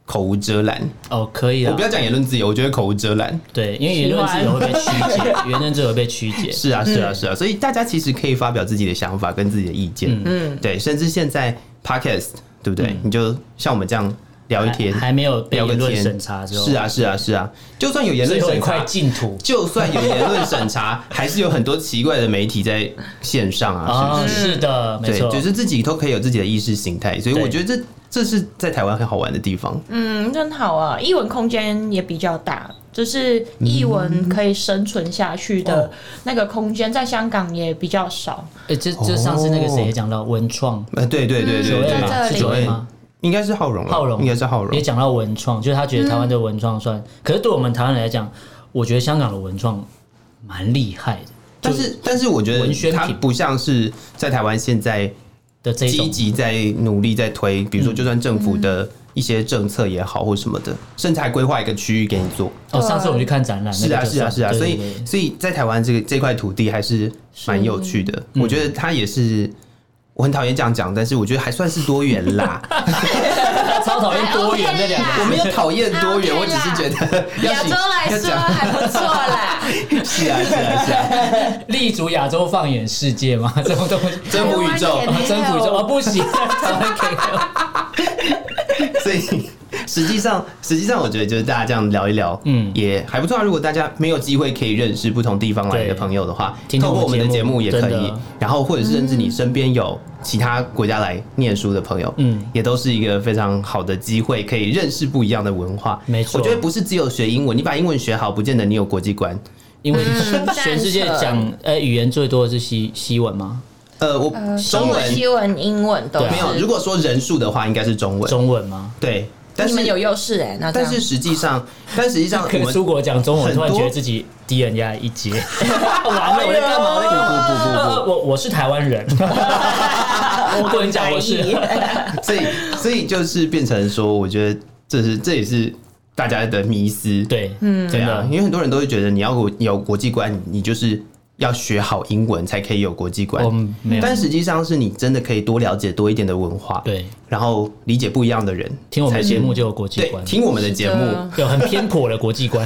D: 口无遮拦。
E: 哦，可以
D: 我
E: 了
D: 不。要讲言论自由，我觉得口无遮拦。
E: 对，因为言论自由会被曲解，言论自由会被曲解。
D: 是啊，是啊，是啊，所以大家其实可以发表自己的想法跟自己的意见。嗯，对，甚至现在 podcast 对不对？你就像我们这样聊一天，
E: 嗯还还没有被
D: 聊个
E: 言论
D: 天
E: 审查之后
D: 是啊，是啊，是啊，就算有言论
E: 最后一
D: 审
E: 块
D: 查。
E: 净土
D: 就算有言论审查，还是有很多奇怪的媒体在线上啊，是不是？
E: 啊，是的，没
D: 对，
E: 错，
D: 就是自己都可以有自己的意识形态，所以
E: 对
D: 我觉得这这是在台湾很好玩的地方。
F: 嗯，真好啊！译文空间也比较大，就是译文可以生存下去的那个空间，在香港也比较少。
E: 诶这这上次那个谁也讲到文创，
D: 呃，对对对
E: 九
D: 对
E: 月
F: 在
E: 嘛，
F: 这
E: 是
F: 里
E: 九月吗？
D: 应该是浩荣了，啊
E: 浩荣啊
D: 应该是浩
E: 也
D: 荣。
E: 讲到文创，就是他觉得台湾的文创算，可是对我们台湾人来讲，我觉得香港的文创蛮厉害的，
D: 但是但是我觉
E: 文
D: 得
E: 宣
D: 他
E: 品
D: 不像是在台湾现在
E: 的这
D: 积
E: 种嗯
D: 极在努力在推，比如说就算政府的一些政策也好或什么的，甚至还规划一个区域给你做。
E: 哦，上次我们去看展览，
D: 是
E: 那
D: 啊
E: 个就是
D: 啊
E: 算
D: 是啊，
E: 对
D: 所
E: 对
D: 以
E: 对
D: 所以在台湾这个这块土地还是蛮有趣的，我觉得它也是。我很讨厌这样讲，但是我觉得还算是多元 啦。
E: 超讨厌多元这两个字，
D: 我没有讨厌多
A: OK
D: 元，
A: 啦
D: 我只是觉得要
A: 亚
D: 是
A: 洲来
D: 要
A: 说
D: 讲
A: 还不错啦，
D: 是啊是啊是 啊，
E: 立足亚洲放眼世界嘛， 这种东西。
D: 征服宇宙
A: 台湾也，
E: 啊，征服宇宙啊，不行，台 湾可以
D: 所以实际上实际上我觉得就是大家这样聊一聊，嗯
E: 嗯，
D: 也还不错啊。如果大家没有机会可以认识不同地方来的
E: 对
D: 朋友的话，
E: 听
D: 透
E: 听
D: 过我
E: 我
D: 们
E: 们
D: 的节
E: 节目
D: 目也可
E: 真
D: 以
E: 的。
D: 然后或者是甚至你身边有其他国家来念书的朋友，嗯
E: 嗯，
D: 也都是一个非常好的机会，可以认识不一样的文化。
E: 没错
D: 我觉得不是只有学英文，你把英文学好，不见得你有国际观。
E: 因为全世界讲呃语言最多的是西西文吗？
D: 呃，我中文
F: 西文、英文都
E: 对啊
D: 没有。如果说人数的话，应该是中文。
E: 中文吗？
D: 对，但
A: 你
D: 是
A: 们有优势
F: 欸
A: 哎，那这
D: 但
A: 样
D: 是实际上，但实际上
E: 可
D: 我
E: 能
D: 们
E: 出国讲中文，
D: 很
E: 突
D: 多
E: 然觉得自己低人家一 截，完了，我在干嘛？我
D: 哎
E: 在干嘛？
D: 不不不不
E: 呃我我是台 湾人，我不能讲我 是，
D: 所以所以就是变成说，我觉得这是这也是大家的迷思，
E: 对，嗯，
D: 对
E: 真
D: 啊，
E: 的
D: 因，为很多人都会觉得你要有有国际观，你就是要学好英文才可以有国际观
E: 我，没有，
D: 但实际上是你真的可以多了解多一点的文化，，
E: 对，
D: 然后理解不一样的人，
E: 听我们节目就有国际
D: 对
E: 观，，
D: 听我们的节目
A: 的
E: 有很偏颇的国际观，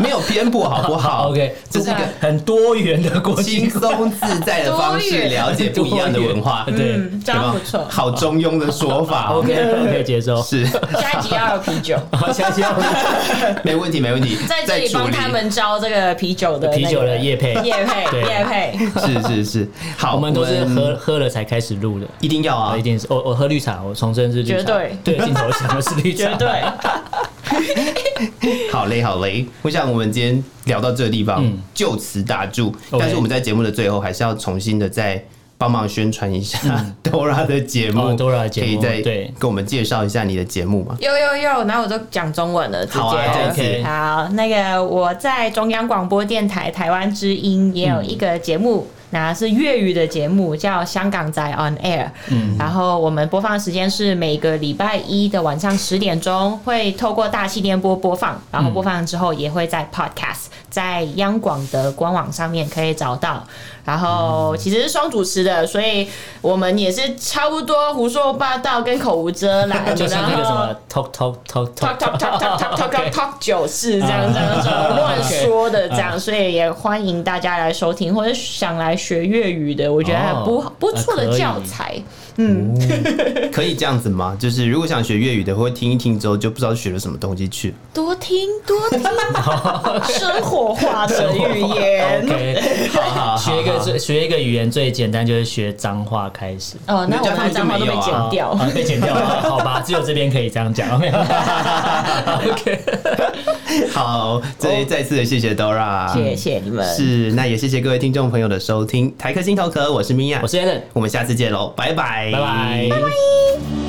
D: 没有偏颇，好不 好
E: ，OK，
D: 这是一个
E: 很多元的国际
D: 轻
E: 观，
D: 松自在的方式了解不一样的文化，
E: 多元对
D: 有没有，
F: 这样不错
D: 好中庸的说法
E: OK OK 接受，
D: 嗯是。
F: 下一集要有啤酒，
E: 好，下期要
D: 没问题，没问题，
F: 在这里
D: 再处
F: 帮
D: 理
F: 他们招这个啤酒的那个
E: 啤酒的叶配，
F: 叶配
E: 对
F: 叶配，
D: 是是是，好，
E: 我们都是
D: 我们
E: 喝喝了才开始录的。
D: 一定要啊
E: 啊，一，定是我我喝绿茶，我重生是绿茶，
F: 绝对
E: 对着镜头讲的是绿茶，
F: 绝对。
D: 好嘞好嘞。我想我们今天聊到这个地方
E: 嗯，
D: 就此打住。
E: OK
D: 但是我们在节目的最后还是要重新的再帮忙宣传一下 Dora 的节目、
E: 嗯哦，Dora 的节目
D: 可以再
E: 对
D: 跟我们介绍一下你的节目吗？
F: 有有有，然后我就讲中文了，直接。
D: 好啊这样子
E: OK
F: 好，那个我在中央广播电台台湾之音也有一个节目。
E: 嗯
F: 那是粤语的节目，叫《香港仔 On Air》。嗯，然后我们播放的时间是每个礼拜一的晚上十点钟，会透过大气电波播放，然后播放之后也会在 Podcast，在央广的官网上面可以找到。然后其实是双主持的，所以我们也是差不多胡说八道跟口无遮 拦，
E: 就像那个
F: 然
E: 什
F: 后
E: 么 talk talk talk
F: talk talk talk talk talk talk talk
E: OK
F: talk 九四这样这样这样乱说的这样，所以也欢迎大家来收听，或者想来学粤语的，我觉得还不
E: 哦
F: 不错
E: 还可
F: 的
E: 以
F: 教材。
D: 可以这样子吗？就是如果想学粤语的，会听一听之后就不知道学了什么东西去。
F: 多听多听，生活化的语言。
E: OK，
D: 好好
E: 学一个最学一个语言最简单就是学脏话开始。
F: 哦，那我
D: 人家他们就
F: 们的脏话
D: 没
F: 都被
D: 有啊
F: 剪掉。
E: 啊，被剪掉了，好吧，只有这边可以这样 讲。没有 OK，
D: 好，这
E: 哦
D: 里再次的谢谢 Dora，
F: 谢谢你们，
D: 是，那也谢谢各位听众朋友的收听，台客心头壳，我是米娅，
E: 我是 a l a n
D: 我们下次见喽，拜拜，
E: 拜拜。